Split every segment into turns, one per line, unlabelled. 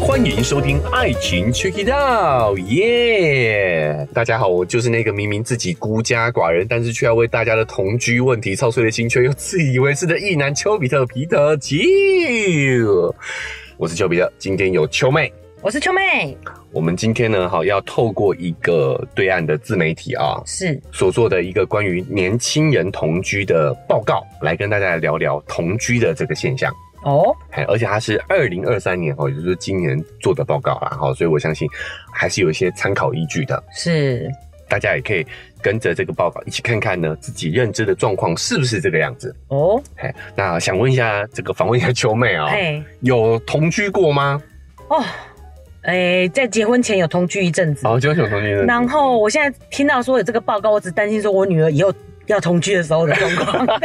欢迎收听《爱情 Check It Out》，耶！大家好，我就是那个明明自己孤家寡人，但是却要为大家的同居问题操碎了心，却又自以为是的意男丘比特皮特丘。我是丘比特，今天有丘妹。
我是秋妹，
我们今天呢，好要透过一个对岸的自媒体啊，
是
所做的一个关于年轻人同居的报告，来跟大家来聊聊同居的这个现象。
哦，
哎，而且它是二零二三年哦，也就是今年做的报告啦，哈，所以我相信还是有一些参考依据的。
是
大家也可以跟着这个报告一起看看呢，自己认知的状况是不是这个样子。
哦，
哎，那想问一下，这个访问一下秋妹啊、
哎
有同居过吗？
哦，哎，在结婚前有同居一阵子，
哦，就是有同居的。
然后我现在听到说有这个报告，我只担心说我女儿以后要同居的时候的状 况，对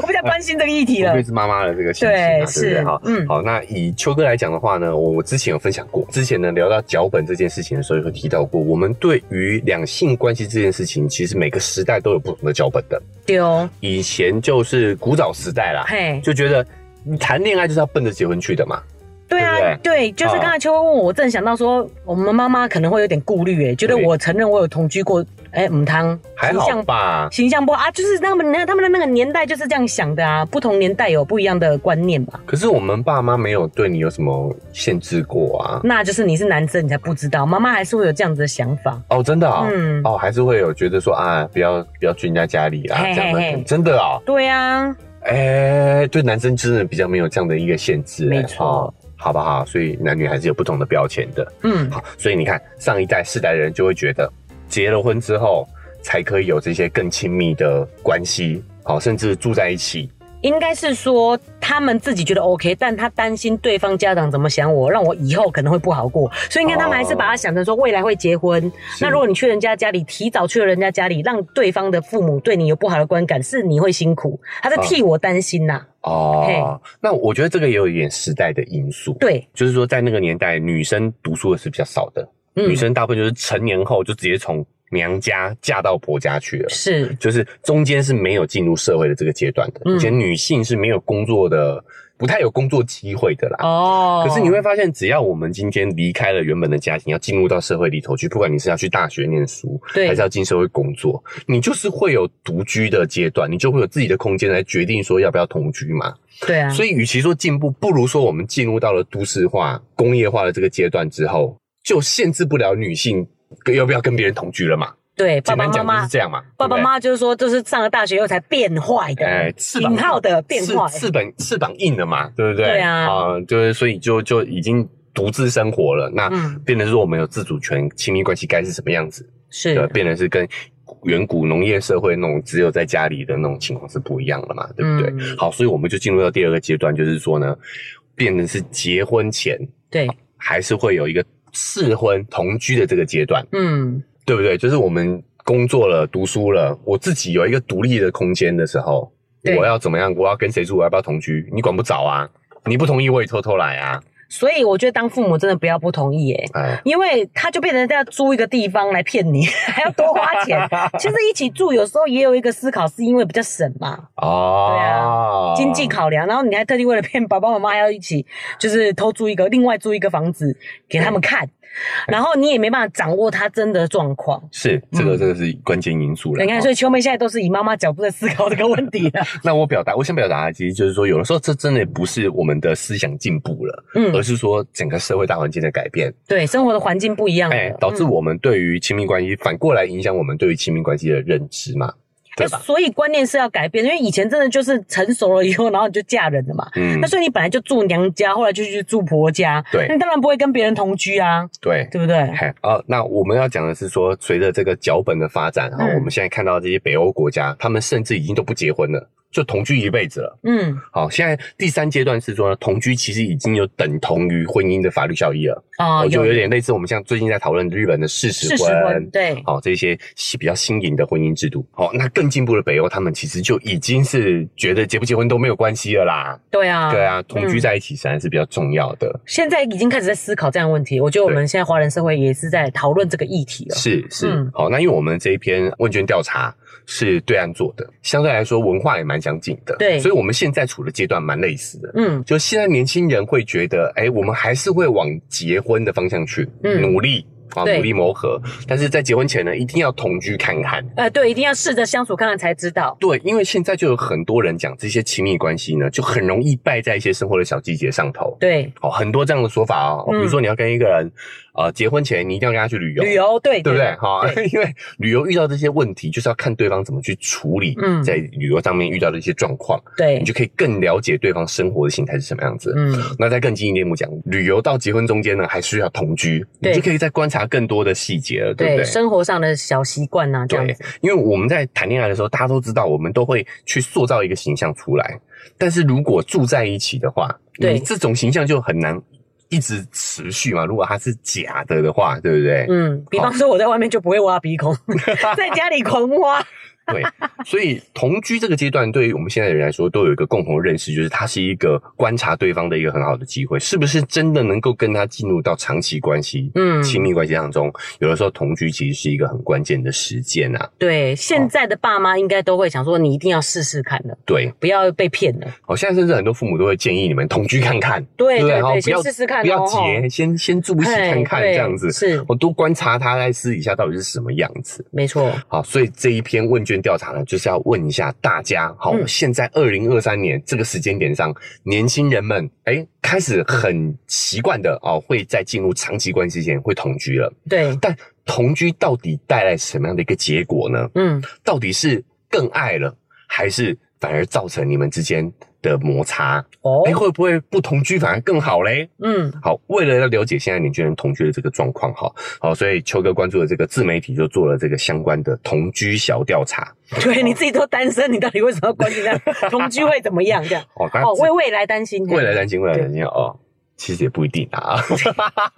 我比较关心这个议题
我
了
会。是妈妈的这个心情啊，对
对
不对？
是
好，
嗯
好，那以秋哥来讲的话呢，我我之前有分享过，之前呢聊到脚本这件事情的时候，有提到过，我们对于两性关系这件事情，其实每个时代都有不同的脚本的。
丢、哦，
以前就是古早时代啦，
嘿，
就觉得你谈恋爱就是要奔着结婚去的嘛，
对啊，
对不
就是刚才秋问我，我正想到说，我们妈妈可能会有点顾虑，哎，觉得
对
我承认我有同居过，哎，母汤
还
形
好
象
吧？
形象不好啊，就是他们那他们的那个年代就是这样想的啊，不同年代有不一样的观念吧。
可是我们爸妈没有对你有什么限制过啊？
那就是你是男生，你才不知道，妈妈还是会有这样子的想法。
哦，真的啊、
嗯，
哦，还是会有觉得说啊，不要不要去人家家里啦，
嘿
这样
嘿
的，
嘿
真的啊、
对啊，
哎、对男生真的比较没有这样的一个限制、
没
哎
错
哦好不好？所以男女还是有不同的标签的。
嗯，
好，所以你看上一代世代的人就会觉得，结了婚之后才可以有这些更亲密的关系，好，甚至住在一起。
应该是说他们自己觉得 OK，但他担心对方家长怎么想我，让我以后可能会不好过，所以你看他们还是把他想成说未来会结
哦
婚。那如果你去人家家里，提早去了人家家里，让对方的父母对你有不好的观感，是你会辛苦，他在替我担心呐、
哦
嘿，
那我觉得这个也有一点时代的因素，，
对，
就是说在那个年代，女生读书的是比较少的，女
嗯，
生大部分就是成年后就直接从娘家嫁到婆家去了。
是，
就是中间是没有进入社会的这个阶段的，
嗯
而且女性是没有工作的，不太有工作机会的啦。
哦，
可是你会发现，只要我们今天离开了原本的家庭，要进入到社会里头去，不管你是要去大学念书，还
对
是，要进社会工作，你就是会有独居的阶段，你就会有自己的空间来决定说要不要同居嘛。
对啊，
所以，与其说进步，不如说我们进入到了都市化、工业化的这个阶段之后，就限制不了女性要不要跟别人同居了嘛。
对，爸
简单
爸妈
讲就是
妈。
这样嘛。
爸
对不
爸
对
妈妈就是说，就是上了大学以后才变坏的，
哎，翅膀
引号的变
翅
坏，
翅膀翅膀硬了嘛，对不对？
对啊
就是所以就就已经独自生活了，那
嗯
变得是我们有自主权，亲密关系该是什么样子？
是
对，变得是跟远古农业社会那种只有在家里的那种情况是不一样了嘛，对不对？
嗯
好，所以我们就进入到第二个阶段，就是说呢，变成是结婚前
对，
还是会有一个试婚同居的这个阶段，
嗯，
对不对？就是我们工作了、读书了，我自己有一个独立的空间的时候，
对
我要怎么样？我要跟谁住？我要不要同居？你管不着啊！你不同意，我也偷偷来啊！
所以我觉得当父母真的不要不同意耶，
哎，
因为他就变成要租一个地方来骗你， 还要多花 钱。其实一起住有时候也有一个思考，是因为比较省嘛，对啊
哦，
经济考量，然后你还特地为了骗爸爸妈妈还要一起，就是偷租一个，另外租一个房子给他们
哎
看，然后你也没办法掌握他真的状况。
是这个，
嗯
这个是关键因素了。
你看，
哦
所以秋妹现在都是以妈妈角度在思考这个问题了。
那我表达，我想表达的其实就是说，有的时候这真的不是我们的思想进步了，而
嗯，
是说整个社会大环境的改变，
对，生活的环境不一样了，
哎，导致
嗯
我们对于亲密关系反过来影响我们对于亲密关系的认知嘛，对吧？
所以观念是要改变，因为以前真的就是成熟了以后，然后你就嫁人了嘛。
嗯
那，所以你本来就住娘家，后来就去住婆家，
对
那你当然不会跟别人同居啊，
对。
对不对？
嘿，啊，那我们要讲的是说，随着这个脚本的发展哈、
嗯
我们现在看到这些北欧国家，他们甚至已经都不结婚了，就同居一辈子了。
嗯，
好，现在第三阶段是说呢，同居其实已经有等同于婚姻的法律效益了，
啊、
哦，就
有
有点类似我们像最近在讨论日本的事实
事实婚，对，
好、这些新比较新颖的婚姻制度。好、那更进步的北欧，他们其实就已经是觉得结不结婚都没有关系了啦。
对啊，
对。啊，同居
嗯
在一起实在是比较重要的。
现在已经开始在思考这样的问题，我觉得我们现在华人社会也是在讨论这个议题了。
是是
嗯，
好、那因为我们这一篇问卷调查是对岸做的，相对来说文化也蛮相近的。
对
所以我们现在处的阶段蛮类似的。
嗯
就现在年轻人会觉得，哎、我们还是会往结婚的方向去、
嗯
努力啊，
对
努力磨合。但是在结婚前呢，一定要同居看看。
呃，对，一定要试着相处看看才知道。
对，因为现在就有很多人讲这些亲密关系呢，就很容易败在一些生活的小细节上头。
对，
哦，很多这样的说法哦，比如说你要跟一个人，呃，结婚前你一定要跟他去旅游，
嗯旅游对
对不对？哈
对，
因为旅游遇到这些问题，就是要看对方怎么去处理，
嗯
在旅游上面遇到的一些状况，
对
你，就可以更了解对方生活的形态是什么样子。
嗯，
那再更进一步讲，旅游到结婚中间呢，还需要同居，你
对
就可以再观察更多的细节了，对不
对，
对？
生活上的小习惯呐，这样
对
子。，
因为我们在谈恋爱的时候，大家都知道，我们都会去塑造一个形象出来。但是如果住在一起的话，
对
你这种形象就很难一直持续嘛。如果它是假的的话，对不对？
嗯，比方说我在外面就不会挖鼻孔，
哦
在家里狂挖。
对，所以同居这个阶段，对于我们现在的人来说，都有一个共同的认识，就是它是一个观察对方的一个很好的机会，是不是真的能够跟他进入到长期关系、
嗯，
亲密关系当中？有的时候同居其实是一个很关键的时间啊。
对，现在的爸妈应该都会想说，你一定要试试看的，
对，
不要被骗了。
好，现在甚至很多父母都会建议你们同居看看。
对
对
对
然后
对，
不要
先试试看哦，
不要
吼
结，先先住一起
嘿
看看
对
这样子。
是
我多观察他在私底下到底是什么样子。
没错。
好，所以这一篇问卷调查呢，就是要问一下大家，好，
嗯
现在二零二三年这个时间点上，年轻人们哎开始很习惯的哦，会在进入长期关系前会同居了，
对，
但同居到底带来什么样的一个结果呢？
嗯，
到底是更爱了，还是反而造成你们之间的摩擦？
哦
哎、，会不会不同居反而更好嘞？
嗯，
好，为了要了解现在年轻人同居的这个状况，哈，好，所以秋哥关注的这个自媒体就做了这个相关的同居小调查。
对，你自己都单身，你到底为什么要关心这样？同居会怎么样？ 这样
哦，大家
哦，为未来担心，
未来担心，未来担心哦，其实也不一定啊。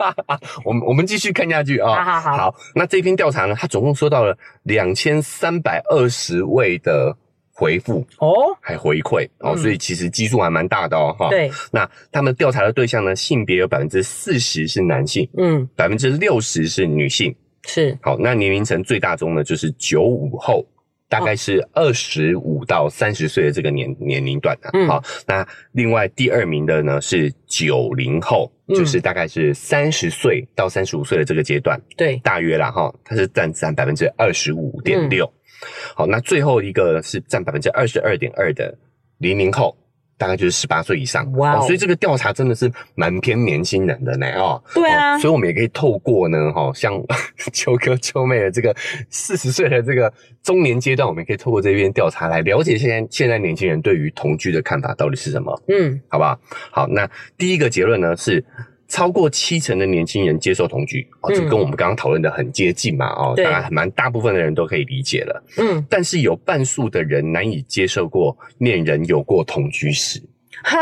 我们我们继续看下去啊。
好好好
那这篇调查呢，它总共收到了两千三百二十位的回复，
哦，
还回馈哦，
嗯
所以其实基数还蛮大的哦，哈。。
对，
那他们调查的对象呢，性别有百分之四十是男性，
嗯，
百分之六十是女性。
是
好，那年龄层最大宗呢，就是九五后，大
哦
概是二十五到三十岁的这个年年龄段啊。
嗯
好，那另外第二名的呢是九零后，
嗯
就是大概是三十岁到三十五岁的这个阶段，
对，
大约啦哈，它是占占百分之二十五点六。
嗯
好，那最后一个是占百分之二十二点二的零零后。大概就是十八岁以上，
哇哦
所以这个调查真的是蛮偏年轻人的呢哦。
对啊
哦，所以我们也可以透过呢，哈、像 秋哥秋妹的这个四十岁的这个中年阶段，我们也可以透过这边调查来了解现在现在年轻人对于同居的看法到底是什么，
嗯，
好不好？好，那第一个结论呢是。超过七成的年轻人接受同居，哦，
嗯
这跟我们刚刚讨论的很接近嘛，哦，
对
当然蛮大部分的人都可以理解了。
嗯，
但是有半数的人难以接受过恋人有过同居史，
哈，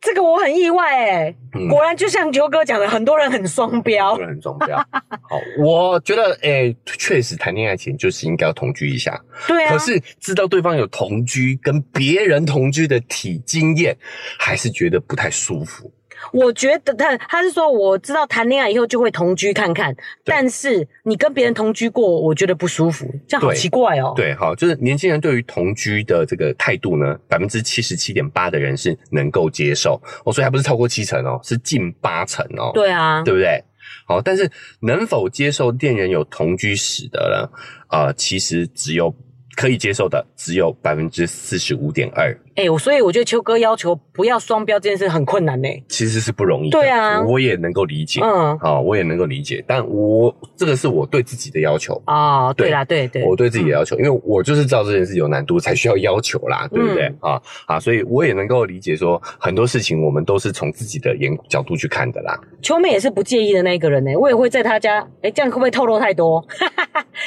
这个我很意外哎，
嗯
果然就像九哥讲的，很多人很双标
个，人很重要。 好，我觉得诶，确、实谈恋爱前就是应该要同居一下。
对啊
可，是知道对方有同居跟别人同居的体经验，还是觉得不太舒服。
我觉得他他是说我知道谈恋爱以后就会同居看看，但是你跟别人同居过，我觉得不舒服，这样好
对
奇怪哦，，
对，好，就是年轻人对于同居的这个态度呢，百分之七十七点八的人是能够接受哦，所以还不是超过七成哦，是近八成哦。
对啊，
对不对？好，但是能否接受恋人有同居史的呢？呃，其实只有可以接受的只有百分之四十五点二，
哎、我所以我觉得秋哥要求不要双标这件事很困难呢、
其实是不容易的。
对啊
我也能够理解，
嗯，
好，我也能够理解，但我这个是我对自己的要求。
哦，对啦，对嗯对，
我对自己的要求，因为我就是知道这件事有难度，才需要要求啦，对不对？
嗯
啊啊，所以我也能够理解说，很多事情我们都是从自己的眼角度去看的啦。
秋妹也是不介意的那一个人呢、我也会在她家，哎、这样会不会透露太多？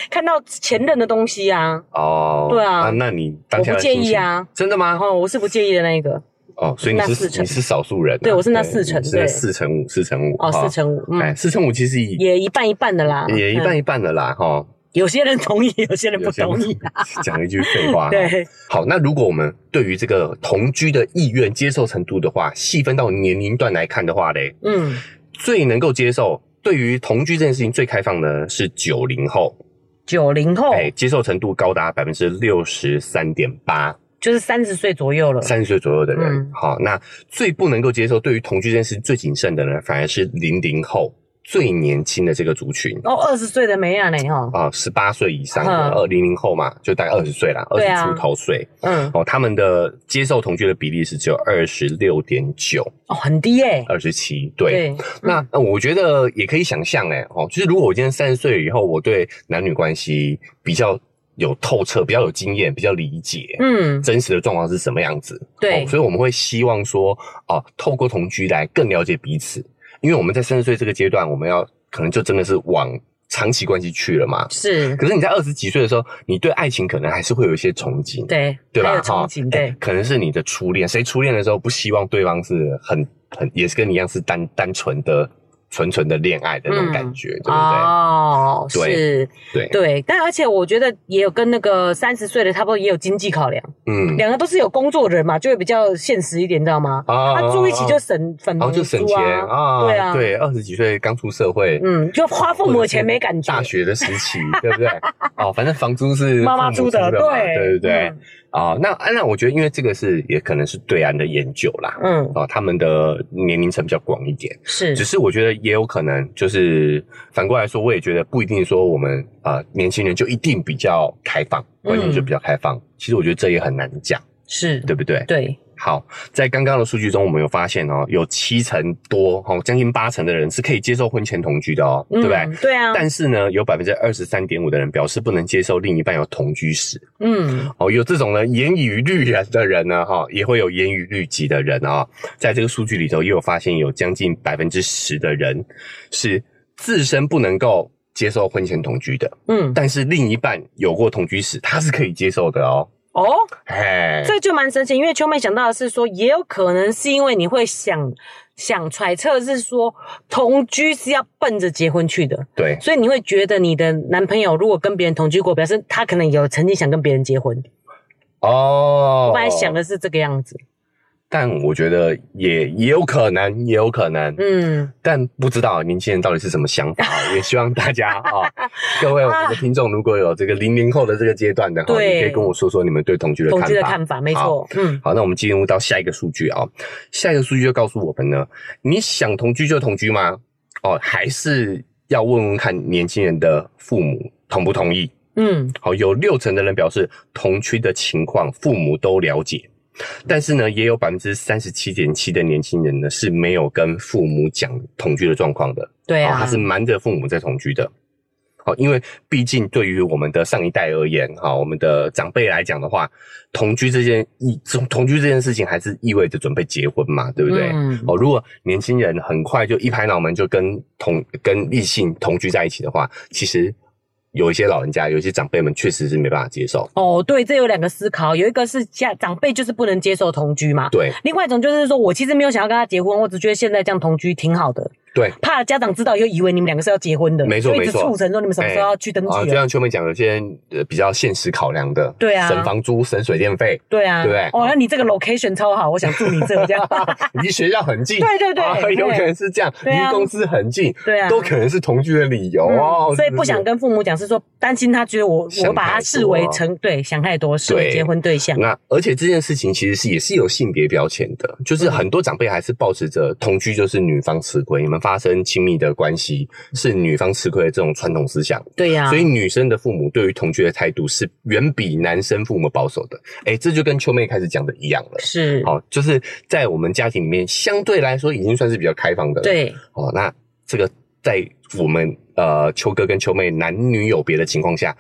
看到前任的东西啊，
哦，
对啊
那你当下
我
的
不介
心
意
情
啊，
真的吗
然？后我是不介意的那一个，
哦，所以你
那
是
四成
你是少数人啊、
对我是那四成
你是那
对
四成五，四成五，
哦，
哈
四，成五，
哎，
嗯，
四成五其实也
也一半一半的啦，
也一半
嗯
一半的啦，哈，
有些人同意，有些人不同意，
讲一句废话，哈
对，
好，那如果我们对于这个同居的意愿接受程度的话，细分到年龄段来看的话嘞，
嗯，
最能够接受。对于同居这件事情最开放的是九零后，
九零后，
哎、接受程度高达百分之六十三点八。
就是三十岁左右了。
三十岁左右的人。
嗯
好，那最不能够接受对于同居这件事最谨慎的呢，反而是零零后最年轻的这个族群。
哦，二十岁的没啊呢哈，
啊，十八岁以上的
嗯
二零零后嘛，就大概二十岁啦，二
对
十
啊
出头岁、
嗯，
哦，他们的接受同居的比例是只有二十六点九、
哦，很低耶、
二十七，对。
对，
那那我觉得也可以想象，哎，哦，就是如果我今天三十岁以后，我对男女关系比较有透彻，比较有经验，比较理解，
嗯，
真实的状况是什么样子，
对
哦所以我们会希望说，哦、透过同居来更了解彼此，因为我们在三十岁这个阶段，我们要可能就真的是往长期关系去了嘛，
是，
可是你在二十几岁的时候，你对爱情可能还是会有一些憧憬，
对，
对
还
吧？
有憧憬，
哎
对，
可能是你的初恋，谁初恋的时候不希望对方是很很也是跟你一样是单单纯的纯纯的恋爱的那种
嗯
感觉，对不对？
哦，
对
是，
对，
对，但而且我觉得也有跟那个三十岁的差不多，也有经济考量，
嗯，
两个都是有工作的人嘛，就会比较现实一点，你知道吗？
啊
啊，住一起就省粉
然后
红
啊
猪
哦就省钱啊，
对啊，，
对，二十几岁刚出社会，
嗯，就花父母的钱没感觉，
大学的时期，对 不对？哦，反正房租是
妈妈
父母
出
嘛
的，对，
对不对？
嗯
啊，那啊那我觉得，因为这个是也可能是对岸的研究啦，
嗯，
哦，他们的年龄层比较广一点。
是
只，是我觉得也有可能，就是反过来说，我也觉得不一定说我们啊、呃年轻人就一定比较开放，观念就比较开放。其实我觉得这也很难讲，
是，
对不对？
对，
好，在刚刚的数据中，我们有发现哦，有七成多，哦，将近八成的人是可以接受婚前同居的哦，对不对？
嗯？对啊，
但是呢，有百分之二十三点五的人表示不能接受另一半有同居史
嗯，
哦。有这种呢严以律人的人呢，哈、也会有严以律己的人啊、在这个数据里头，也有发现有将近百分之十的人是自身不能够接受婚前同居的，
嗯，
但是另一半有过同居史，他是可以接受的哦。
哦，
哎，
这就蛮神奇，因为秋妹想到的是说，也有可能是因为你会想想揣测是说同居是要奔着结婚去的，
对
所以你会觉得你的男朋友如果跟别人同居过，表示他可能有曾经想跟别人结婚。
哦，
我本来想，的是这个样子，
但我觉得也也有可能，也有可能，
嗯，
但不知道年轻人到底是什么想法，也希望大家啊、哦，各 位我们的听众，如果有这个零零后的这个阶段的哈，
啊对
你可以跟我说说你们对同居的看
同
法。
居的看法没错，嗯，
好，那我们进入到下一个数据啊、下一个数据就告诉我们呢，你想同居就同居吗？哦，还是要问问看年轻人的父母同不同意？
嗯，
好，有六成的人表示同居的情况父母都了解，但是呢，也有百分之三十七点七的年轻人呢是没有跟父母讲同居的状况的，
对
哦，
啊，
他是瞒着父母在同居的。好，因为毕竟对于我们的上一代而言，哈，我们的长辈来讲的话，同居这件意同同居这件事情还是意味着准备结婚嘛，对不对？
嗯
哦，如果年轻人很快就一拍脑门就跟同跟异性同居在一起的话，其实有一些老人家，有一些长辈们确实是没办法接受。
哦，对，这有两个思考，有一个是家长辈就是不能接受同居嘛，
对
另外一种就是说我其实没有想要跟他结婚，我只觉得现在这样同居挺好的，
对，
怕家长知道以后以为你们两个是要结婚的，
没错
所以一直
没错
促成说你们什么时候要去登
啊，
记
就
了。
像秋妹讲，有些呃比较现实考量的，
对啊
省房租、省水电费，
对啊，
对不对
哦，那你这个 location 超好，我想住你这这样。
离学校很近，
对对对
啊
对
有可能是这样，
对啊
离公司很近，
对啊
都可能是同居的理由
嗯
哦。
所以不想
是
跟父母讲，是说担心他觉得我
想
我把他视为成对想太多，视为
对
结婚对象。
那而且这件事情其实是也是有性别标签的，就是
嗯
很多长辈还是保持着同居就是女方吃亏，你们发生亲密的关系
嗯
是女方吃亏的这种传统思想，
对呀、
所以女生的父母对于同居的态度是远比男生父母保守的。哎，这就跟秋妹开始讲的一样了。
是，
好，就是在我们家庭里面，相对来说已经算是比较开放的了。
对，
哦，那这个在我们呃秋哥跟秋妹男女有别的情况下，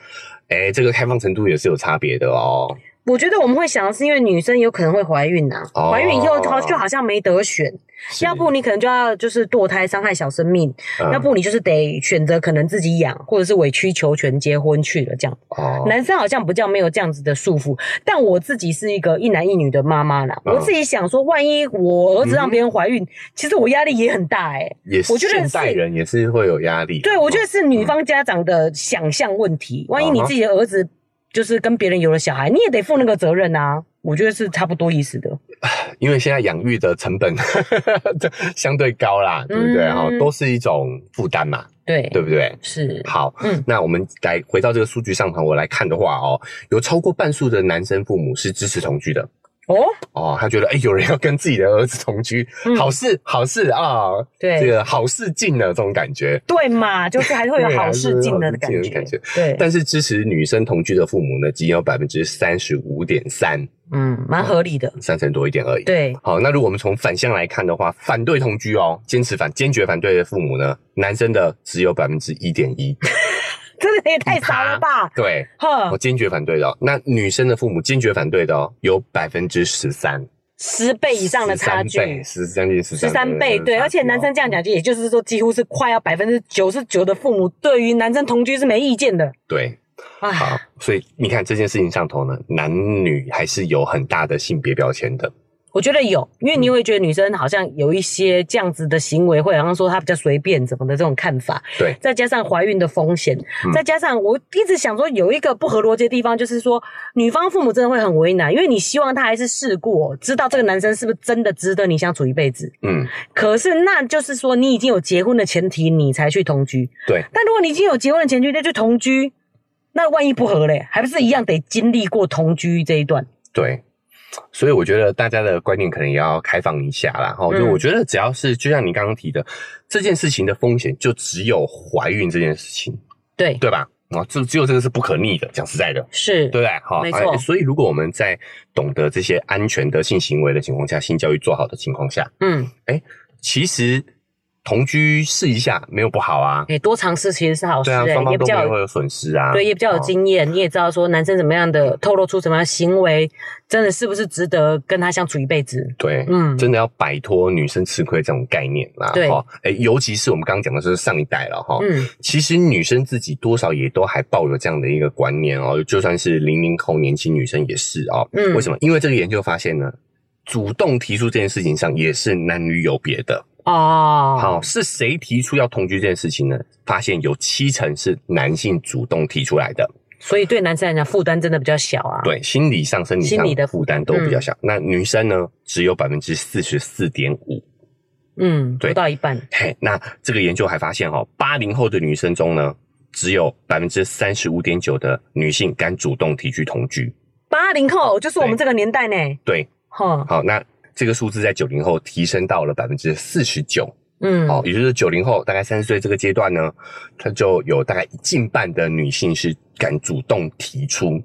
哎，这个开放程度也是有差别的哦。
我觉得我们会想的是，因为女生有可能会怀孕呐、
哦
怀孕以后好就好像没得选，
是
要不你可能就要就是堕胎伤害小生命，
嗯
要不你就是得选择可能自己养，或者是委曲求全结婚去了这样。
哦，
男生好像不叫没有这样子的束缚，但我自己是一个一男一女的妈妈啦，
嗯
我自己想说，万一我儿子让别人怀孕，其实我压力也很大哎、
也是
我觉得
现
是
代人也是会有压力。
对，我觉得是女方家长的想象问
嗯
题，万一你自己的儿子就是跟别人有了小孩，你也得负那个责任啊。我觉得是差不多意思的，
哦因为现在养育的成本 相对高啦，对不对？哈、
嗯
都是一种负担嘛，
对
对不对？
是，
好，
嗯
那我们来回到这个数据上头我来看的话哦，有超过半数的男生父母是支持同居的
哦，
哦，他觉得哎、诶有人要跟自己的儿子同居，
嗯
好事好事啊、这
对
个好事近了这种感觉。
对嘛，就是还是会有
对啊
好事进了的
就
感
是有好事
觉
进了的感觉，
对，
但是支持女生同居的父母呢，仅有百分之三十五点三，
嗯，蛮合理的，
三成多一点而已。
对，
好，那如果我们从反向来看的话，反对同居哦，坚持反坚决反对的父母呢，男生的只有百分之一点 一，
真的也太少了吧，
对，我
哼，
坚决反对的、哦。那女生的父母坚决反对的哦，有百分之十三，
十倍以上的差距。
十将近十
十三倍，对，
啊
而且男生这
哦
样讲，就也就是说，几乎是快要百分之九十九的父母对于男生同居是没意见的。
对，好
啊，，
所以你看这件事情上头呢，男女还是有很大的性别标签的，
我觉得有，因
嗯
为你会觉得女生好像有一些这样子的行为，会好像说她比较随便怎么的这种看法。
对
再加上怀孕的风险，
嗯
再加上我一直想说有一个不合逻辑的地方，就是说女方父母真的会很为难，因为你希望他还是试过，知道这个男生是不是真的值得你相处一辈子。
嗯，
可是那就是说你已经有结婚的前提，你才去同居。
对，
但如果你已经有结婚的前提，那就同居，那万一不合嘞，还不是一样得经历过同居这一段？
对，所以我觉得大家的观念可能也要开放一下啦。哈、
嗯
就我觉得只要是就像你刚刚提的，这件事情的风险就只有怀孕这件事情，
对，
对吧？啊，就只有这个是不可逆的。讲实在的，
是，
对不对？好
没错
哎所以如果我们在懂得这些安全的性行为的情况下，性教育做好的情况下，
嗯，
其实同居试一下没有不好啊。
哎、多尝试其实是好事、
对啊，
欸，
双
也
方
比
都
较
没有会
有
有损失啊。
对，也比较有
哦
经验，你也知道说男生怎么样的透露出什么样的行为，真的是不是值得跟他相处一辈子？
对，
嗯
真的要摆脱女生吃亏这种概念啦。
对
哈，哎，尤其是我们刚刚讲的是上一代了哈。
嗯，
其实女生自己多少也都还抱有这样的一个观念哦，就算是零零后年轻女生也是哦。
嗯
为什么？因为这个研究发现呢，主动提出这件事情上也是男女有别的。
哦，
好、，是谁提出要同居这件事情呢？发现有七成是男性主动提出来的，
所以对男生来讲负担真的比较小啊。，
对，心理上、生理
心
上
理的嗯
负担都比较小。那女生呢，只有百分之四十四点五。
嗯，
对
不到一半，
嘿，那这个研究还发现哦，八零后的女生中呢，只有百分之三十五点九的女性敢主动提出同居。
八零后就是我们
对
这个年代呢。
对，
哈，
好，那这个数字在九零后提升到了百分之四十九。
嗯，
哦，也就是九零后大概三十岁这个阶段呢，它就有大概近半的女性是敢主动提出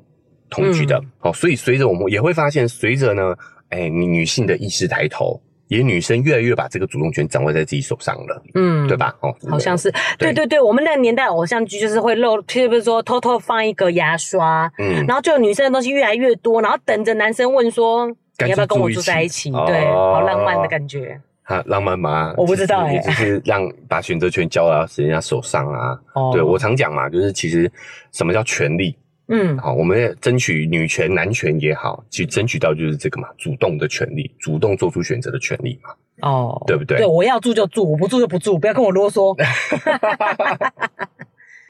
同居的
嗯。
好、所以随着我们也会发现，随着呢，哎，女女性的意识抬头，也女生越来越把这个主动权掌握在自己手上了，
嗯
对？吧？哦，
好像是，
对
对对对，我们那个年代偶像剧就是会露，譬如说偷偷放一个牙刷，
嗯
然后就女生的东西越来越多，然后等着男生问说
干脆
你要不要跟我
住
住
一起
在一起？
哦
对，好浪漫的感觉。
啊，浪漫吗？
我不知道哎
其实也就是 让把选择权交到人家手上啊。
哦
对我常讲嘛，就是其实什么叫权利？
嗯
好，我们也争取女权、男权也好，其实争取到就是这个嘛，主动的权利，主动做出选择的权利嘛，
哦，
对不对
对，？我要住就住，我不住就不住，不要跟我啰嗦。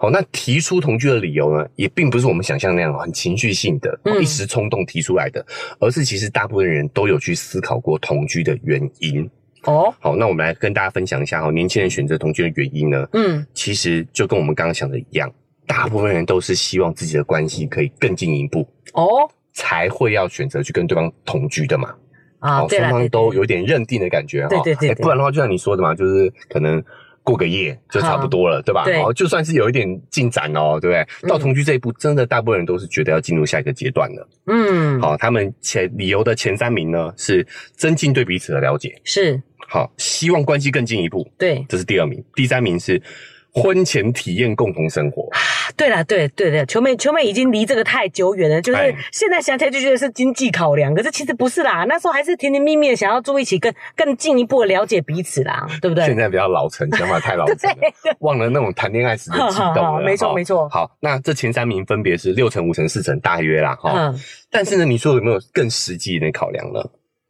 好，那提出同居的理由呢，也并不是我们想象那样哦很情绪性的、哦
嗯
一时冲动提出来的，而是其实大部分人都有去思考过同居的原因。
哦，
好，那我们来跟大家分享一下哈，年轻人选择同居的原因呢，
嗯，
其实就跟我们刚刚想的一样，大部分人都是希望自己的关系可以更进一步，
哦
才会要选择去跟对方同居的嘛。
啊，
哦，
对
双
啦，
方
对
都
对
有点认定的感觉哈。
对对对
哎
对
不然的话，就像你说的嘛，就是可能。过个夜就差不多了，对吧？
对
哦，就算是有一点进展哦，对不
嗯
对？到同居这一步，真的大部分人都是觉得要进入下一个阶段了。
嗯，
好、他们前理由的前三名呢是增进对彼此的了解，
是，
好、希望关系更进一步，
对，
这是第二名。第三名是婚前体验共同生活，
对啦，对对对，球妹球妹已经离这个太久远了，就是
哎
现在想起来就觉得是经济考量，可是其实不是啦，那时候还是甜甜蜜蜜的，想要住一起更，更进一步的了解彼此啦，对不对？
现在比较老成，想法太老成了，忘了那种谈恋爱时的激动了。
没错
哈
没错
好，那这前三名分别是六成、五成、四成，大约啦哈。
嗯，
但是呢，你说有没有更实际一点考量呢？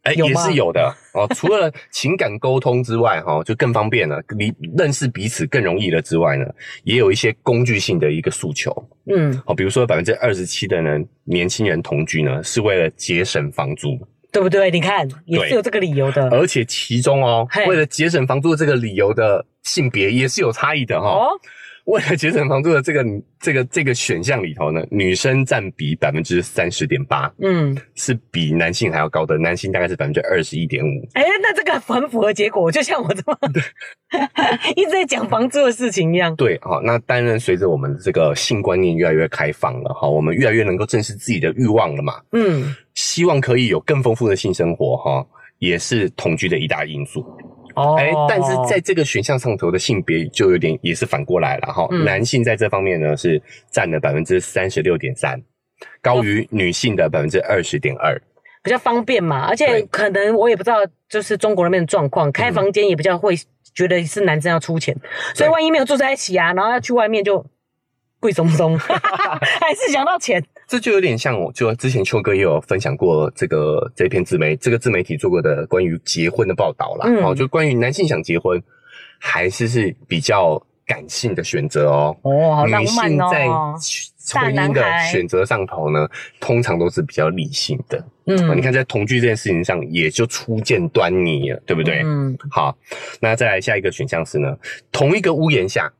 哎、
有
也
吗
是有的哦。 除了情感沟通之外，哈、就更方便了，离认识彼此更容易了之外呢，也有一些工具性的一个诉求
嗯，
哦。比如说，百分之二十七的人年轻人同居呢，是为了节省房租。
对不对？你看也是有这个理由的。
而且其中哦
嘿，
为了节省房租的这个理由的性别也是有差异的哈、哦。
哦，
为了节省房租的这个这个这个选项里头呢，女生占比百分之三十点八，
嗯，
是比男性还要高的，男性大概是百分之二十一点五。
哎，那这个很符合结果，就像我这么 一直在讲房租的事情一样。
对，好，那当然随着我们这个性观念越来越开放了，哦哈，我们越来越能够正视自己的欲望了嘛，
嗯，
希望可以有更丰富的性生活，哈。也是同居的一大因素，
哦，
哎、但是在这个选项上头的性别就有点也是反过来了哈、
嗯
男性在这方面呢是占了百分之三十六点三，高于女性的百分之二十点二。
比较方便嘛，而且
对嗯
可能我也不知道，就是中国那边的状况，开房间也比较会觉得是男生要出钱，所以万一没有住在一起啊，然后要去外面就贵 松松，还是想到钱。
这就有点像我，就之前秋哥也有分享过这个这篇自媒这个自媒体做过的关于结婚的报道啦，
嗯
哦，就关于男性想结婚，还是是比较感性的选择哦。
哦，好浪
女
漫
性在
哦。大
婚
男
姻的
孩
选择上头呢，通常都是比较理性的。哦你
嗯，
看在同居这件事情上，也就初见端倪了，对不对？
嗯，
好，那再来下一个选项是呢，同一个屋檐下，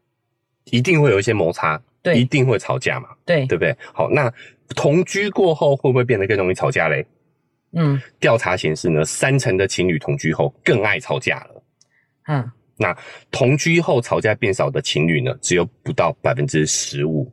一定会有一些摩擦，
对
一定会吵架嘛，
对，
对不对？好，那同居过后会不会变得更容易吵架嘞？
嗯
调查显示呢，三成的情侣同居后更爱吵架了。
嗯，
同居后吵架变少的情侣呢，只有不到百分之十五。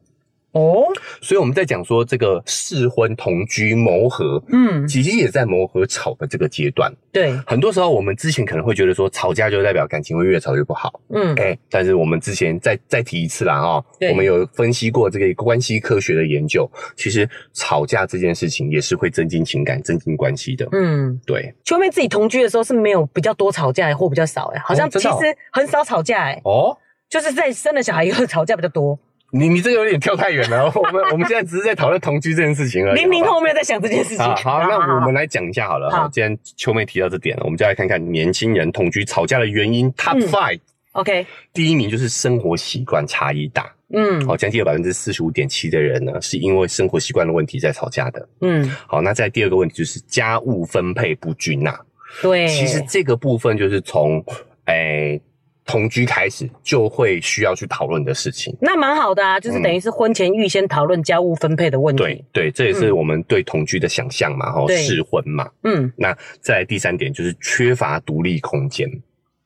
哦，
所以我们在讲说这个试婚同居磨合，
嗯，
其实也在磨合吵的这个阶段。
对，
很多时候，我们之前可能会觉得说吵架就代表感情会越吵越不好，
嗯，
哎、但是我们之前再再提一次啦哦
对，
我们有分析过这个关系科学的研究，其实吵架这件事情也是会增进情感、增进关系的。
嗯，
对，
去外面自己同居的时候是没有比较多吵架，或比较少哎，好像
哦
其
真的哦
实很少吵架哎，
哦，
就是在生了小孩以后吵架比较多。
你你这个有点跳太远 了，我们我们现在只是在讨论同居这件事情而已。
零零
好吧
后没有在想这件事情。
啊，好，那我
好
们来讲一下好了
好
哈。既然秋妹提到这点了，我们就来看看年轻人同居吵架的原因 Top
嗯
Five。
OK，
第一名就是生活习惯差异大，
嗯
好，将近有百分之四十五点七的人呢，是因为生活习惯的问题在吵架的。
嗯，
好，那在第二个问题就是家务分配不均呐、
对，
其实这个部分就是从诶、同居开始就会需要去讨论的事情。
那蛮好的啊，就是等于是婚前预先讨论家务分配的问
嗯对
题。
对，这也是我们对同居的想象嘛，吼、
嗯对
试婚嘛。
嗯，
那再来第三点就是缺乏独立空间，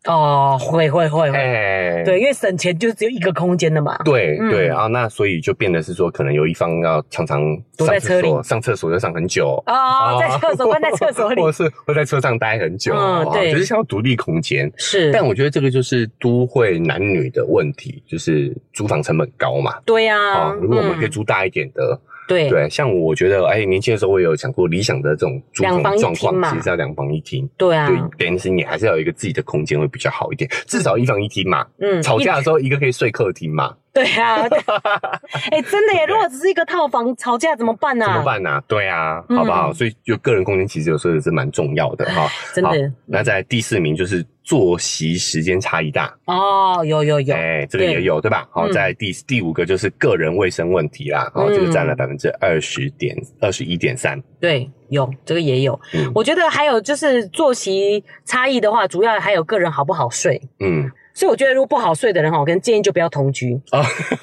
哦，会会会会，
哎、
对，因为省钱就只有一个空间的嘛。
对
嗯
对啊，那所以就变得是说，可能有一方要常常
躲
上
在车
厕
里
所，上厕所要上很久，
哦，在 厕所关在厕所里
或，者是会在车上待很久，
嗯
啊
对
就是想要独立空间。
是，
但我觉得这个就是都会男女的问题，就是租房成本高嘛。
对呀
啊，，如果我们可以
嗯
租大一点的，
对
对，像我觉得，哎，年轻的时候我也有想过理想的这种租
两
房
房一
状
厅
况，
嘛
其实是要两房一厅，
对啊
对，，等于是你还是要有一个自己的空间会比较好一点，至少一房一厅嘛。
嗯
吵
一
架的时候，一个可以睡客厅嘛，
对啊， 哎，真的耶，如果只是一个套房吵架怎么办呢？
怎么？办呢、啊？对啊，
嗯
好不好？所以就个人空间其实有时候也是蛮重要的哈。
真
好
的
那在第四名就是作息时间差异大，
哦，有有有，
哎，这个
对
也有对吧？好，
嗯
在第第五个就是个人卫生问题啦，好，这个占了百分之二十点二十一点三，
对，有这个也有
嗯。
我觉得还有就是作息差异的话，主要还有个人好不好睡。
嗯，
所以我觉得，如果不好睡的人哈，我跟建议就不要同居。
哦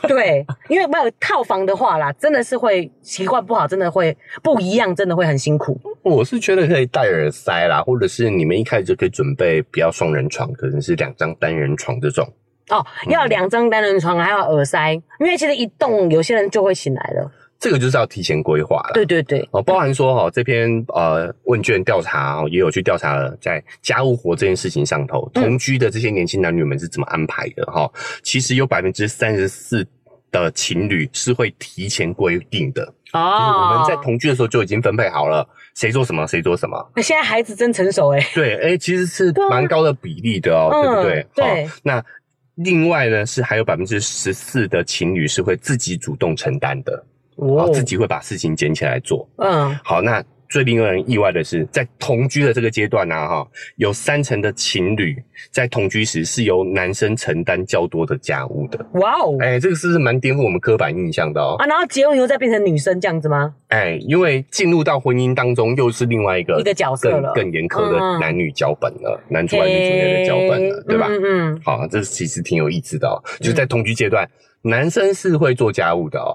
对，因为没有套房的话啦，真的是会习惯不好，真的会不一样，真的会很辛苦。
我是觉得可以戴耳塞啦，或者是你们一开始就可以准备不要双人床，可能是两张单人床这种。
哦，要有两张单人床，还有耳塞，因为其实一动有些人就会醒来了。
这个就是要提前规划了。
对对对，
哦，包含说哈、哦，这篇呃问卷调查、哦、也有去调查了，在家务活这件事情上头，
嗯
同居的这些年轻男女们是怎么安排的哈、其实有百分之三十四的情侣是会提前规定的，就是啊我们
哦
在同居的时候就已经分配好了，谁做什么谁做什么。
那哦现在孩子真成熟哎、
对，哎、其实是
对啊
蛮高的比例的哦，
嗯
对不对？
对
好那另外呢是还有百分之十四的情侣哦
哦
是会自己主动承担的，哦，自己会把事情捡起来做。
嗯，
好，那最令人意外的是，在同居的这个阶段呢、啊，哈，有三成的情侣在同居时是由男生承担较多的家务的。
哇哦！
哎、这个是不是蛮颠覆我们刻板印象的哦？
啊，然后结婚以后再变成女生这样子吗？
哎、因为进入到婚姻当中，又是另外一个
一个角色
更
了，
更严苛的
嗯嗯
男女脚本了，男主外女主内的脚本了，
嘿
对吧？
嗯嗯，
好，这其实挺有意思的哦。就是在同居阶段，男生是会做家务的哦。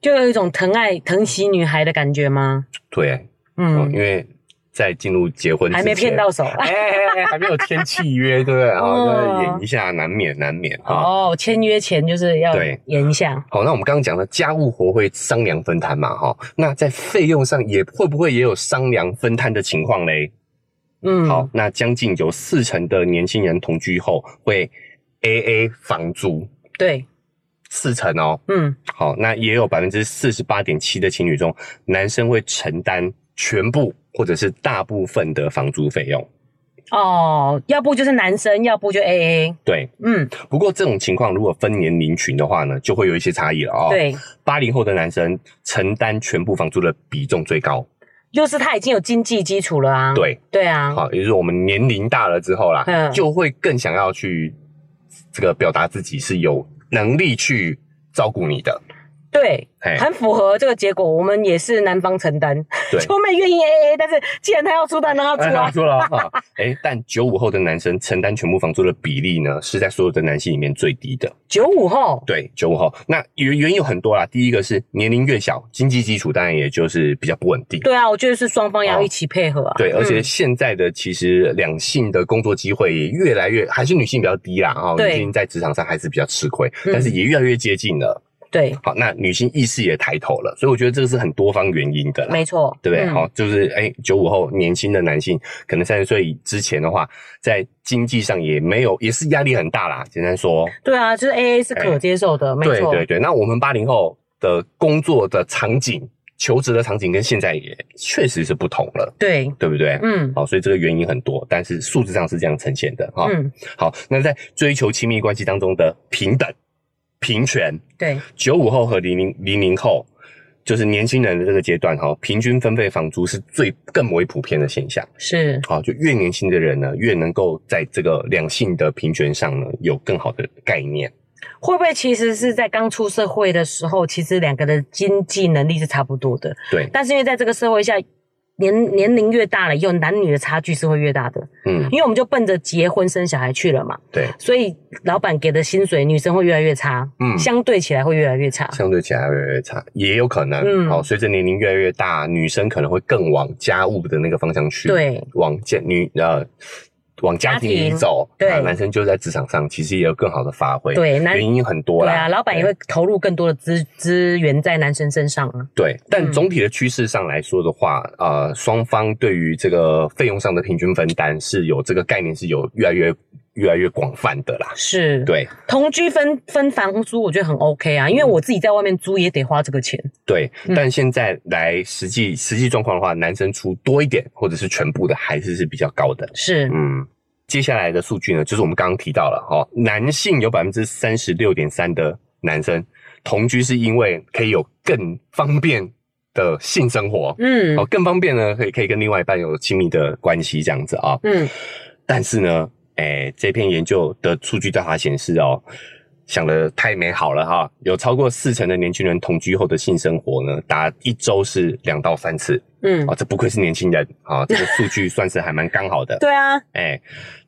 就有一种疼爱疼惜女孩的感觉吗？
对，嗯，
嗯
因，为在进入结婚之
还没
前
骗到手。啊
哎哎，哎还没有签契约，对不对？ 啊、
哦
就是演一下，难免难免啊。
哦，签约前就是要
对
演一下。
好，那我们刚刚讲的家务活会商量分摊嘛，哈、那在费用上也会不会也有商量分摊的情况嘞？
嗯，
好，，那将近有四成的年轻人同居后会 A A 房租，
对，
四成哦。
嗯，
好，那也有百分之四十八点七的情侣中，男生会承担全部或者是大部分的房租费用。
哦，要不就是男生，要不就 A A。
对，
嗯，
不过这种情况如果分年龄群的话呢，就会有一些差异了哦。，
对，
八零后的男生承担全部房租的比重最高。
就是他已经有经济基础了啊。，
对，
对啊。
好，也就是我们年龄大了之后啦，
嗯
就会更想要去这个表达自己是有能力去照顾你的。
对，
哎，
很符合这个结果。我们也是男方承担，
对
秋妹愿意 AA，但是既然他要出单，让他出
哎
啊。
说了哈，哎，但九五后的男生承担全部房租的比例呢，是在所有的男性里面最低的。
九五后，
对，九五后，那原原因有很多啦。第一个是年龄越小，经济基础当然也就是比较不稳定。
对啊，我觉得是双方要
哦
一起配合啊。
对，而且
嗯
现在的其实两性的工作机会也越来越，还是女性比较低啦，哈、
对
女性在职场上还是比较吃亏，
嗯
但是也越来越接近了。
对，
好，那女性意识也抬头了，所以我觉得这个是很多方原因的啦，
没错，
对不对？
嗯
好，就是哎，九五后年轻的男性，可能三十岁之前的话，在经济上也没有，也是压力很大啦。简单说，
对啊，就是 A A 是可接受的，没
对
错，
哎对对。那我们八零后的工作的场景、求职的场景跟现在也确实是不同了，
对，
对不对？
嗯
哦好，所以这个原因很多，但是数字上是这样呈现的哈、
嗯，
好，那在追求亲密关系当中的平等、平权，
对，
九五后和零零零零后，就是年轻人的这个阶段哈、平均分配房租是最更为普遍的现象。
是，
好，就越年轻的人呢，越能够在这个两性的平权上呢，有更好的概念。
会不会其实是在刚出社会的时候，其实两个的经济能力是差不多的，
对，
但是因为在这个社会下。年年龄越大了以后，男女的差距是会越大的，
嗯，
因为我们就奔着结婚生小孩去了嘛。
对，
所以老板给的薪水，女生会越来越差，
嗯
相对起来会越来越差，
相对起来越来越差，也有可能。
嗯
好，随着年龄越来越大，女生可能会更往家务的那个方向去，
对，
往家女呃往家庭里走。
家庭对
啊男生就在职场上其实也有更好的发挥。，
对，男
原因很多
对
啦。
啊，老板也会投入更多的资资源在男生身上啊，
对，但
嗯
总体的趋势上来说的话，呃，双方对于这个费用上的平均分担是有这个概念是有越来越越来越广泛的啦。
是，
对
同居分分房租，我觉得很 OK 啊，因为我自己在外面租也得花这个钱，
对，
嗯
但现在来实际实际状况的话，男生出多一点或者是全部的还是是比较高的。
是，
嗯，接下来的数据呢，就是我们刚刚提到了哈、哦，男性有百分之三十六点三的男生同居是因为可以有更方便的性生活，
嗯
哦，更方便呢，可以可以跟另外一半有亲密的关系这样子啊、
嗯，
但是呢，哎，这篇研究的数据调查显示哦。想的太美好了哈！有超过四成的年轻人同居后的性生活呢，达一周是两到三次
嗯
哦，，这不愧是年轻人啊、哦，这个数据算是还蛮刚好的。
对啊，
哎，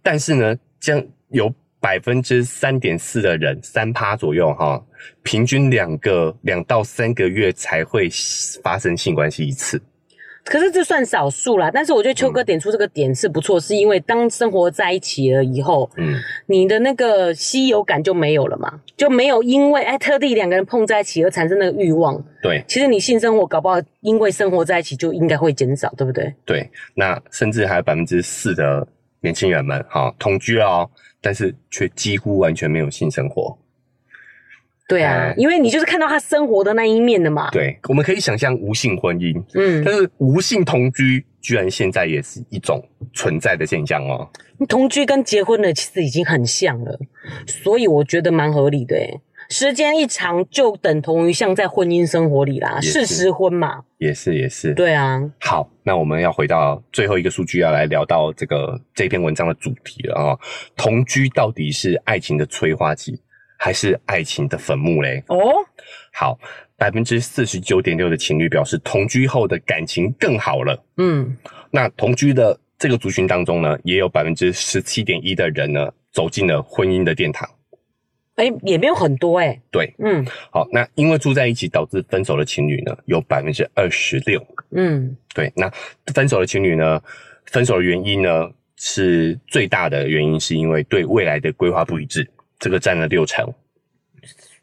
但是呢，将有百分之三点四的人，三趴左右哈，平均两个两到三个月才会发生性关系一次。
可是这算少数啦，但是我觉得秋
嗯
哥点出这个点是不错，是因为当生活在一起了以后，
嗯，
你的那个稀有感就没有了嘛，就没有因为哎特地两个人碰在一起而产生那个欲望。
对
其实你性生活搞不好因为生活在一起就应该会减少，对不对？
对，那甚至还有百分之四的年轻人们哈同居了哦，但是却几乎完全没有性生活。
对啊，
哎
因为你就是看到他生活的那一面的嘛。，
对，我们可以想象无性婚姻，
嗯，
但是无性同居居然现在也是一种存在的现象哦。
同居跟结婚的其实已经很像了，所以我觉得蛮合理的、欸。时间一长，就等同于像在婚姻生活里啦，
也是
事实婚嘛。
也是也是。
对啊，
好，那我们要回到最后一个数据，要来聊到这个这篇文章的主题了啊、同居到底是爱情的催化剂，还是爱情的坟墓嘞？
哦，
好，百分之四十九点六的情侣表示同居后的感情更好了。
嗯，
那同居的这个族群当中呢，也有百分之十七点一的人呢走进了婚姻的殿堂。
哎、也没有很多哎、
对，
嗯
好，那因为住在一起导致分手的情侣呢，有百分之二十六。
嗯，
对，那分手的情侣呢，分手的原因呢是最大的原因，是因为对未来的规划不一致，这个占了六成。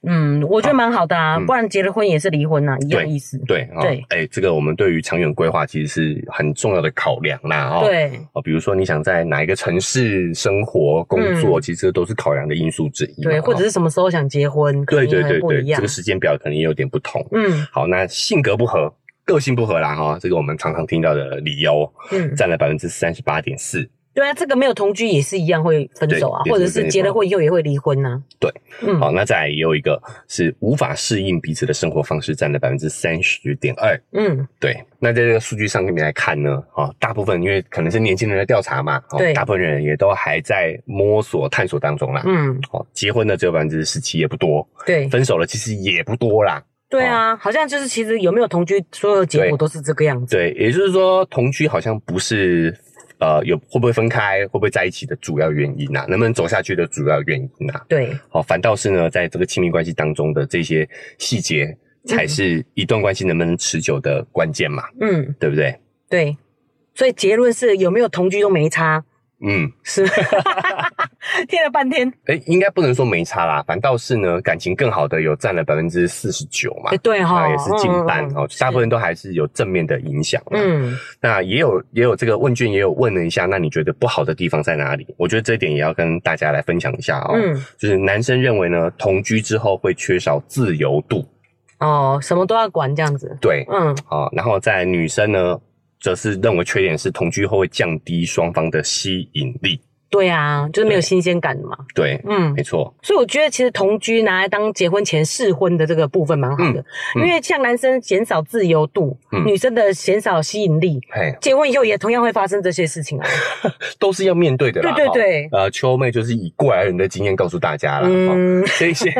嗯，我觉得蛮好的啊，
嗯
不然结了婚也是离婚啊呐、一样
对
意思。
对，哦
对
哎、这个我们对于长远规划其实是很重要的考量啦，哦，，
对，
哦，比如说你想在哪一个城市生活、工作，其实这都是考量的因素之一嘛，
嗯对，或者
哦
是什么时候想结婚，
对
可能
对
还
对
不
对
一，样
这个。时间表可能也有点不同。
嗯
好，那性格不合、个性不合啦，哈、这个我们常常听到的理由，
嗯，
占了百分之三十八点四。
对啊，这个没有同居也是一样会分手啊，
对
或者
也是会
是
分
结了
手
婚以后也会离婚呐、
对，
嗯，
好，那再来也有一个是无法适应彼此的生活方式，占了百分之三十点二。
嗯，
对，那在这个数据上面来看呢，哦，大部分因为可能是年轻人的调查嘛，哦
对，
大部分人也都还在摸索探索当中啦。
嗯，
哦，结婚的只有百分之十七，也不多；
对，
分手了其实也不多啦。
对啊，好像就是其实有没有同居，所有的结果
对
都是这个样子。
对，也就是说，同居好像不是呃有会不会分开、会不会在一起的主要原因啊，能不能走下去的主要原因啊。
对，
哦，反倒是呢，在这个亲密关系当中的这些细节，才是一段关系能不能持久的关键嘛，
嗯，
对不对？
对，所以结论是有没有同居都没差，
嗯，
是， 听了半天，
哎，应该不能说没差啦，反倒是呢，感情更好的有占了百分之四十九嘛
哎，，对哈、
啊，也是近半
嗯
哦，大部分都还是有正面的影响。嗯，
嗯，
那也有也有这个问卷也有问了一下，那你觉得不好的地方在哪里？我觉得这一点也要跟大家来分享一下哦。
嗯
就是男生认为呢，同居之后会缺少自由度，
哦，什么都要管这样子。
对，
嗯，
啊、然后在女生呢，则是认为缺点是同居后会降低双方的吸引力，
对啊，就是没有
对
新鲜感的嘛。
对，
嗯
没，错，
所以我觉得其实同居拿来当结婚前试婚的这个部分蛮好的，
嗯嗯
因为像男生减少自由度，
嗯
女生的减少吸引力，
嘿，
结婚以后也同样会发生这些事情啊。
都是要面对的啦。
对对
哈
对
呃，秋妹就是以过来人的经验告诉大家啦。嗯，
嗯，
这 些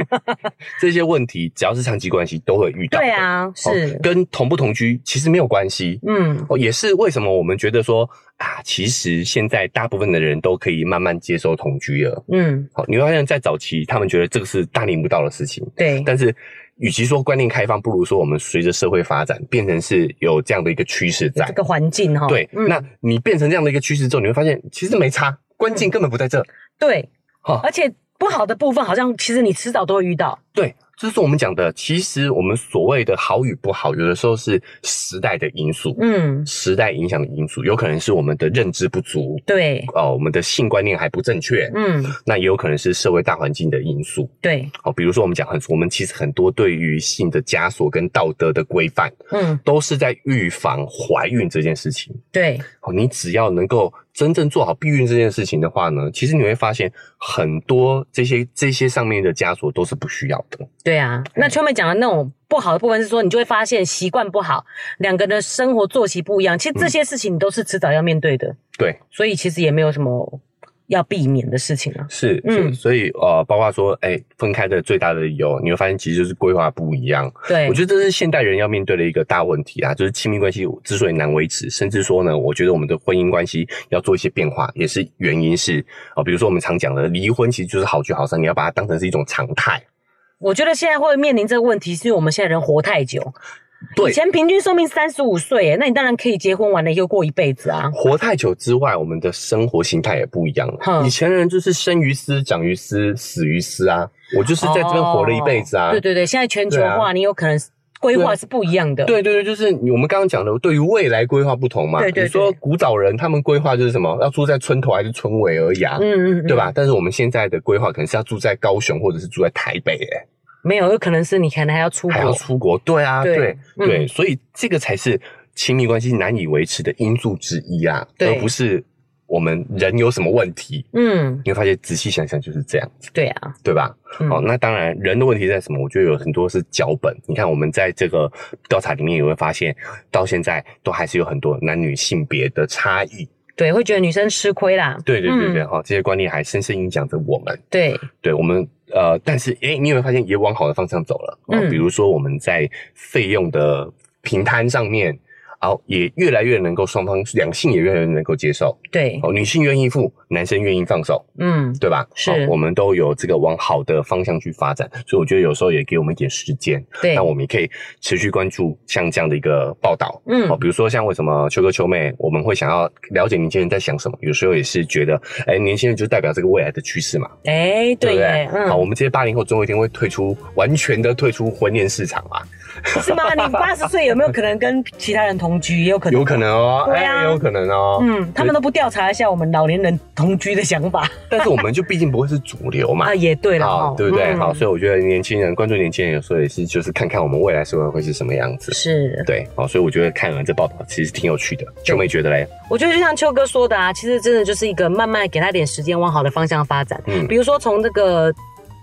这些问题，只要是长期关系都会遇到的。
对啊，
哦，
是，
跟同不同居其实没有关系。
嗯，
哦，也是为什么我们觉得说啊，其实现在大部分的人都可以慢慢接受同居了。
嗯，
好，你会发现在早期，他们觉得这个是大逆不道的事情，
对，
但是与其说观念开放，不如说我们随着社会发展，变成是有这样的一个趋势在
这。个哦环境哈，嗯
对，那你变成这样的一个趋势之后，你会发现其实没差，关
嗯
键根本不在这。
对，
哈
而且不好的部分好像其实你迟早都会遇到，
对，这是我们讲的，其实我们所谓的好与不好，有的时候是时代的因素，
嗯，
时代影响的因素，有可能是我们的认知不足，
对，
哦，我们的性观念还不正确，
嗯，
那也有可能是社会大环境的因素。
对，
哦，比如说我们讲很，我们其实很多对于性的枷锁跟道德的规范，
嗯，
都是在预防怀孕这件事情。
对，
哦，你只要能够真正做好避孕这件事情的话呢，其实你会发现很多这些这些上面的枷锁都是不需要的。
对啊。那
嗯
秋妹讲的那种不好的部分是说，你就会发现习惯不好，两个人的生活作息不一样，其实这些事情你都是迟早要面对的，
对，
所以其实也没有什么要避免的事情啊。
是，是
嗯
所以呃，包括说，哎、分开的最大的理由，你会发现其实就是规划不一样。
对
我，觉得这是现代人要面对的一个大问题啊，就是亲密关系之所以难维持，甚至说呢，我觉得我们的婚姻关系要做一些变化，也是原因是啊、呃比如说我们常讲的离婚，其实就是好聚好散，你要把它当成是一种常态。
我觉得现在会面临这个问题，是因为我们现在人活太久。
对
以，前平均寿命三十五岁耶，那你当然可以结婚完了又过一辈子啊。
活太久之外，我们的生活形态也不一样了。
哼
以前人就是生于斯，长于斯，死于斯啊，我就是在这边活了一辈子啊。
哦对对对，现在全球
对
化，
啊
你有可能规划是不一样的。
对对啊对，就是你我们刚刚讲的，对于未来规划不同嘛。
对对对
你说古早人他们规划就是什么，要住在村头还是村尾而已啊？
嗯，嗯嗯，
对？吧？但是我们现在的规划可能是要住在高雄，或者是住在台北、欸，
没有，有可能是你可能还要出
还要
国。
出国。对啊，
对
对
嗯
对，所以这个才是亲密关系难以维持的因素之一啊，
对
而不是我们人有什么问题，
嗯，
你会发现仔细想想就是这样子，
对啊，
对吧？
嗯
好、那当然，人的问题在什么？我觉得有很多是脚本。你看，我们在这个调查里面也会发现，到现在都还是有很多男女性别的差异。
对，会觉得女生吃亏啦，
对对对对，
嗯
哈、这些观念还深深影响着我们。
对，
对我们呃，但是诶，你有没有发现也往好的方向走了？哦
嗯
比如说我们在费用的平摊上面，哦，也越来越能够双方两性也越来越能够接受。
对，
哦，女性愿意付，男生愿意放手，
嗯，
对吧？
是
哦我们都有这个往好的方向去发展，所以我觉得有时候也给我们一点时间，
对
那，我们也可以持续关注像这样的一个报道。
嗯
哦，，比如说像为什么秋哥秋妹，我们会想要了解年轻人在想什么，有时候也是觉得，哎，年轻人就代表这个未来的趋势嘛，对
哎，对
不对
耶，？
好，我
嗯，
们这些八零后总有一天会退出，完全的退出婚恋市场 嘛，
是吗？你八十岁有没有可能跟其他人同居？也有可能，
有可。能哦，
对啊
哎，有可能哦，
嗯，他们都不调查一下我们老年人同居的想法
但是我们就毕竟不会是主流嘛
啊，。也对了
好，
哦，
对不对？
嗯
好，所以我觉得年轻人关注年轻人，有时候也是就是看看我们未来社会会是什么样子。
是，
对，好，所以我觉得看完这报道其实挺有趣的。秋妹觉得嘞，
我觉得就像秋哥说的啊，其实真的就是一个慢慢给他点时间往好的方向发展。
嗯
比如说从这个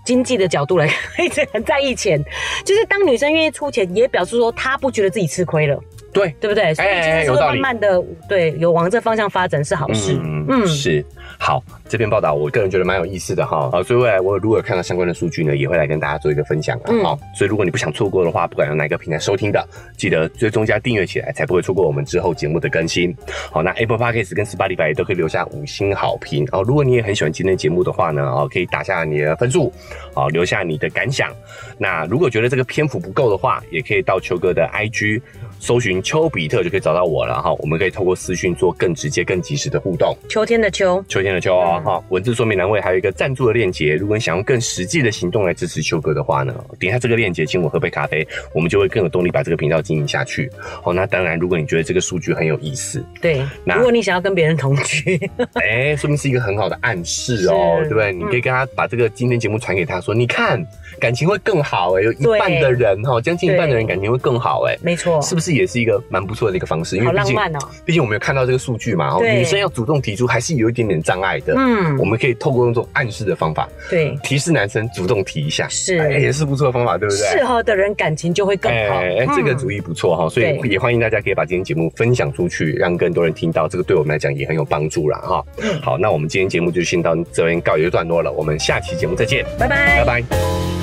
经济的角度来看， 一直很在意钱，就是当女生愿意出钱，也表示说她不觉得自己吃亏了，
对，
对不对？所以其实这
有
个
道
慢
理
慢的，对，有往这方向发展是好事。
嗯
嗯，
是。好，这篇报道我个人觉得蛮有意思的哈。啊，所以未来我如果有看到相关的数据呢，也会来跟大家做一个分享啊。
嗯
好、所以如果你不想错过的话，不管用哪一个平台收听的，记得追踪加订阅起来，才不会错过我们之后节目的更新。好，那 Apple Podcast 跟 Spotify 也都可以留下五星好评哦。如果你也很喜欢今天的节目的话呢，哦，可以打下你的分数，哦，留下你的感想。那如果觉得这个篇幅不够的话，也可以到秋哥的 IG 搜寻丘比特就可以找到我了哈。我们可以透过私讯做更直接、更及时的互动。
秋天的秋，
秋天的秋哦
嗯
哈、文字说明栏位还有一个赞助的链接，如果你想用更实际的行动来支持秋哥的话呢，点一下这个链接，请我喝杯咖啡，我们就会更有动力把这个频道经营下去。好、那当然，如果你觉得这个数据很有意 思，
对，
那
如果你想要跟别人同 居，
哎、说明是一个很好的暗示哦，
是
对
嗯
不对？你可以跟他把这个今天节目传给他说，你看感情会更好哎、有一
对
半的人哈，将近一半的人
对
感情会更好哎、
没错，
是不是也是一个蛮不错的一个方式？因
好
为毕
浪
竟，
漫哦。
毕竟我们有看到这个数据嘛，哦
对
女生要主动提出还是有一点点障碍的。
嗯
我，们可以透过用这种暗示的方法，
对，
提示男生主动提一下，
是
哎也是不错的方法，对不对？
适合的人感情就会更好。嗯
哎，这个主
意，
意不错哈，所以
对
也欢迎大家可以把今天节目分享出去，让更多人听到，这个对我们来讲也很有帮助啦哈。
嗯
好，那我们今天节目就先到这边告一个段落了，我们下期节目再见，
拜拜
拜。拜。